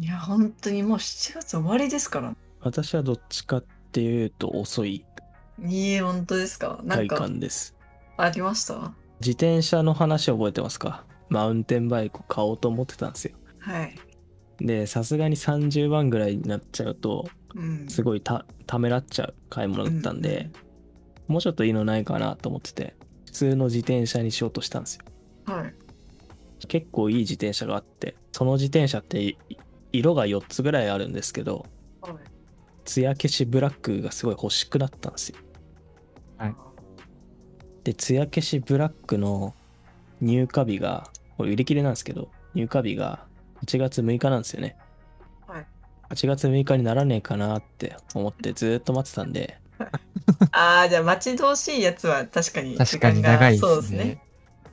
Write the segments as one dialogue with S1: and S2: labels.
S1: いや、ほんとにもう7月終わりですから。
S2: 私はどっちかっていうと遅い
S1: いいえ、ほんとですか。なん
S2: 体
S1: か、
S2: 感です。
S1: ありました
S2: 自転車の話覚えてますかマウンテンバイク買おうと思ってたんですよ。
S1: はい。
S2: で、さすがに30万ぐらいになっちゃうと、
S1: うん。
S2: すごいたためらっちゃう買い物だったんで、もうちょっといいのないかなと思ってて、普通の自転車にしようとしたんですよ。
S1: はい。
S2: 結構いい自転車があって、その自転車ってい色が4つぐらいあるんですけど、
S1: はい。
S2: 艶消しブラックがすごい欲しくなったんですよ。
S3: はい
S2: で艶消しブラックの入荷日がこれ売り切れなんですけど入荷日が8月6日なんですよね
S1: はい
S2: 8月6日にならねえかなって思ってずーっと待ってたんで
S1: ああ、じゃあ待ち遠しいやつは確かに
S3: 確かに長いですね。
S1: そうですね。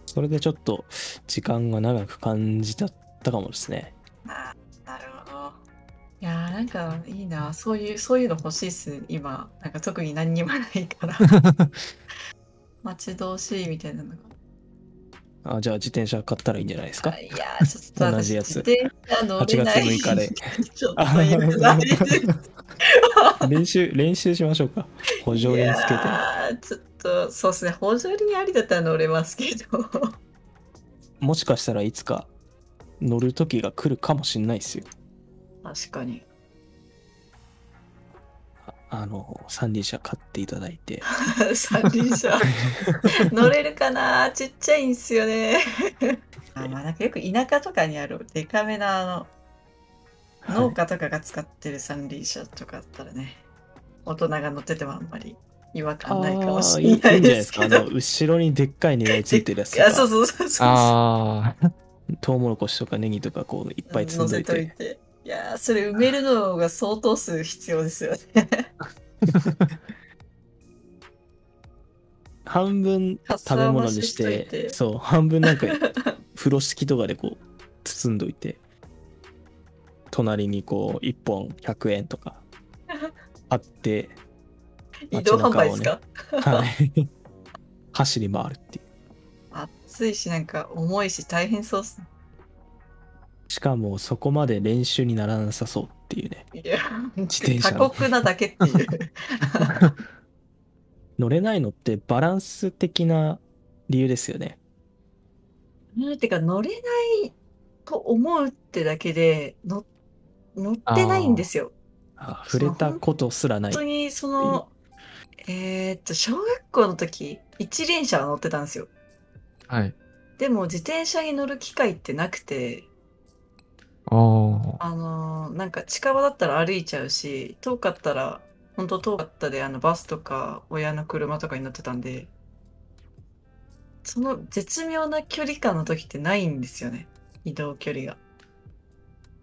S2: それでちょっと時間が長く感じたったかもですね
S1: なるほど。いやーなんかいいな。そういう、そういうの欲しいっす、今。なんか特に何にもない から。待ち遠しいみたいなのが。
S2: あじゃあ自転車買ったらいいんじゃないですか
S1: いやーちょっと
S2: 同じやつ
S1: 私自転車乗れない。
S2: 8月6日で
S1: ちょっ といろいろありすぎて
S2: 練習練習しましょうか補助輪つけ
S1: い
S2: て
S1: やーちょっとそうですね補助輪ありだったら乗れますけど
S2: もしかしたらいつか乗る時が来るかもしんないですよ
S1: 確かに
S2: あの三輪車買っていただいて
S1: 三輪 車乗れるかなちっちゃいんすよねあまあなんかよく田舎とかにあるデカめなあの
S2: はい
S1: 農家とかが使ってる三輪車とかだったらね、大人が乗っててもあんまり違和感ないかもしれな
S2: あーいいいい
S1: い
S2: んじゃない
S1: で
S2: です
S1: す
S2: か。
S1: け
S2: あの、
S1: ど
S2: 後ろにでっかい狙いついてるやつ と
S1: いやそう
S2: か、
S1: そうそうそう
S3: ああ、
S2: トウモロコシとかネギとか、こう、いっぱい積
S1: 乗
S2: んど
S1: せ
S2: い
S1: とい
S2: て、
S1: ていやーそれ埋めるのが相当数必要ですよね
S2: 半分
S1: かっ
S2: 食
S1: さ
S2: べ
S1: ら
S2: 物
S1: ま
S2: に
S1: し
S2: し
S1: しとい
S2: て、
S1: て
S2: そう、半分なんか、風呂敷とかでこう、包んどいて、隣にこう、1本100円 とか、あって、
S1: 移動販売ですか、
S2: はい。走り回るっていう。
S1: 暑いしなんか重いし大変そうっすね
S2: しかも、そこまで練習にならなさそうっていうね。
S1: いや
S2: 自転車
S1: 過
S2: の
S1: 酷なだけっていう
S2: 乗れないのって、バランス的な理由ですよね。
S1: うんてか乗れないと思うってだけで乗乗ってないんですよ
S2: あ触れたことすらない
S1: 本当。にその、えーっと小学校の時一輪車は乗ってたんですよ
S3: はい。
S1: でも自転車に乗る機会ってなくて
S3: おお。
S1: あのーなんか近場だったら歩いちゃうし遠かったら本当遠かったであのバスとか親の車とかに乗ってたんでその絶妙な距離感の時ってないんですよね移動距離が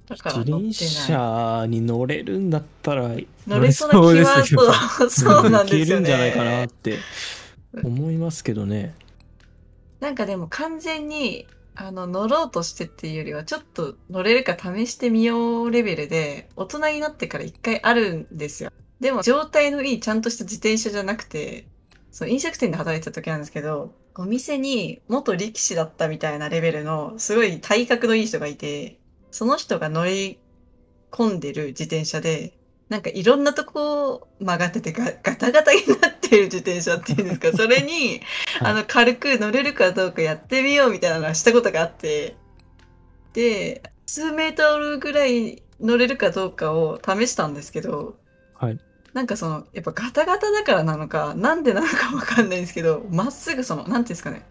S1: だから乗って
S2: 自
S1: ない
S2: 転車に乗れるんだったら
S1: 乗れそうな気は
S3: 乗れ
S1: そうそうなん
S2: い
S1: で
S2: け
S1: すよ
S2: るん
S1: ね
S2: じゃないかなって思いますけどね。
S1: なんかでも完全にあの乗ろうとしてっていうよりはちょっと乗れるか試してみようレベルで大人になってから一回あるんですよ。でも状態のいいちゃんとした自転車じゃなくてその飲食店で働いてた時なんですけどお店に元力士だったみたいなレベルのすごい体格のいい人がいてその人が乗り込んでる自転車でなんかいろんなとこ曲がっててガガタガタになってる自転車っていうんですかそれに
S2: はい
S1: あの、軽く乗れるかどうかやってみようみたいなのはしたことがあって、で、数メートルぐらい乗れるかどうかを試したんですけど、
S2: はい。
S1: なんかその、やっぱガタガタだからなのか、なんでなのかわかんないんですけど、まっすぐその、なんていうんですかね、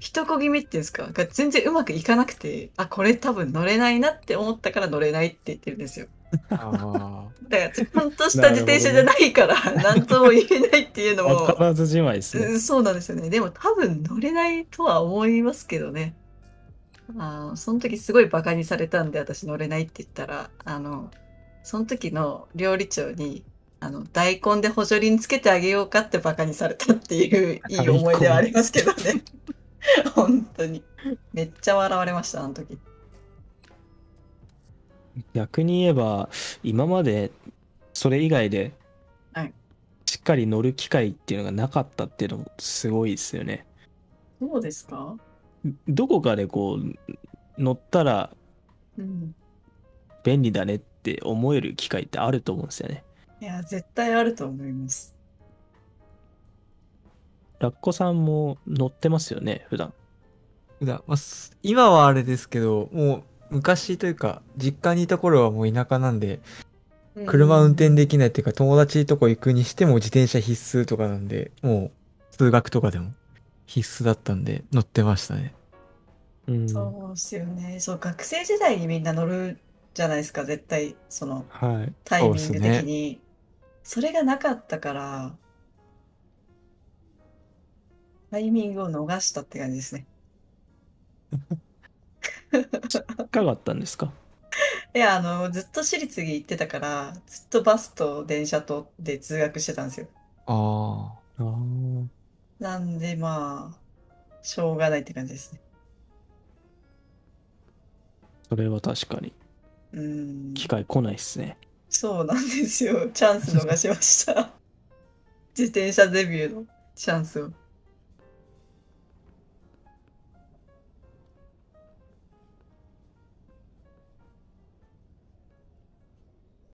S1: 一こぎ目っていうんですか、が全然うまくいかなくて、あ、これ多分乗れないなって思ったから乗れないって言ってるんですよ。
S3: あ
S1: だから、ちゃんとした自転車じゃない から、なんとも言えないっていうのも。
S2: わからずじまいです
S1: う
S2: ね。
S1: ん、そうなんですよね。でも多分乗れないとは思いますけどね。あのその時すごいバカにされたんで私乗れないって言ったらあのその時の料理長にあの大根で補助輪つけてあげようかってバカにされたって いういい思い出はありますけどね。 本当に。めっちゃ笑われましたあの時。
S2: 逆に言えば、今までそれ以外で
S1: はい、
S2: しっかり乗る機会っていうのがなかったっていうのもすごいですよね。
S1: そうですか
S2: どこかでこう、乗ったら
S1: うん。
S2: 便利だねって思える機会ってあると思うんですよね。
S1: いや、絶対あると思います。
S2: ラッコさんも乗ってますよね、普段。
S3: だまあ、す今はあれですけど、もう昔というか、実家にいた頃はもう田舎なんで、車運転できないっていうか、友達とこ行くにしても自転車必須とかなんで、もう通学とかでも必須だったんで、乗ってましたね。
S2: うん
S1: そうですよね。そう、学生時代にみんな乗るじゃないですか、絶対、その
S2: はい。
S1: タイミング
S3: そう
S1: 的
S3: です
S1: に。それがなかったから、タイミングを逃したって感じですね。
S2: いかがだったんですか
S1: いや、あの、ずっと私立に行ってたから、ずっとバスと電車とで通学してたんですよ。
S3: ああ。
S2: ああ。
S1: なんで、まあ、しょうがないって感じですね。
S2: それは確かに。
S1: うん。
S2: 機会来ないっすね。
S1: そうなんですよ。チャンス逃しました。自転車デビューのチャンスを。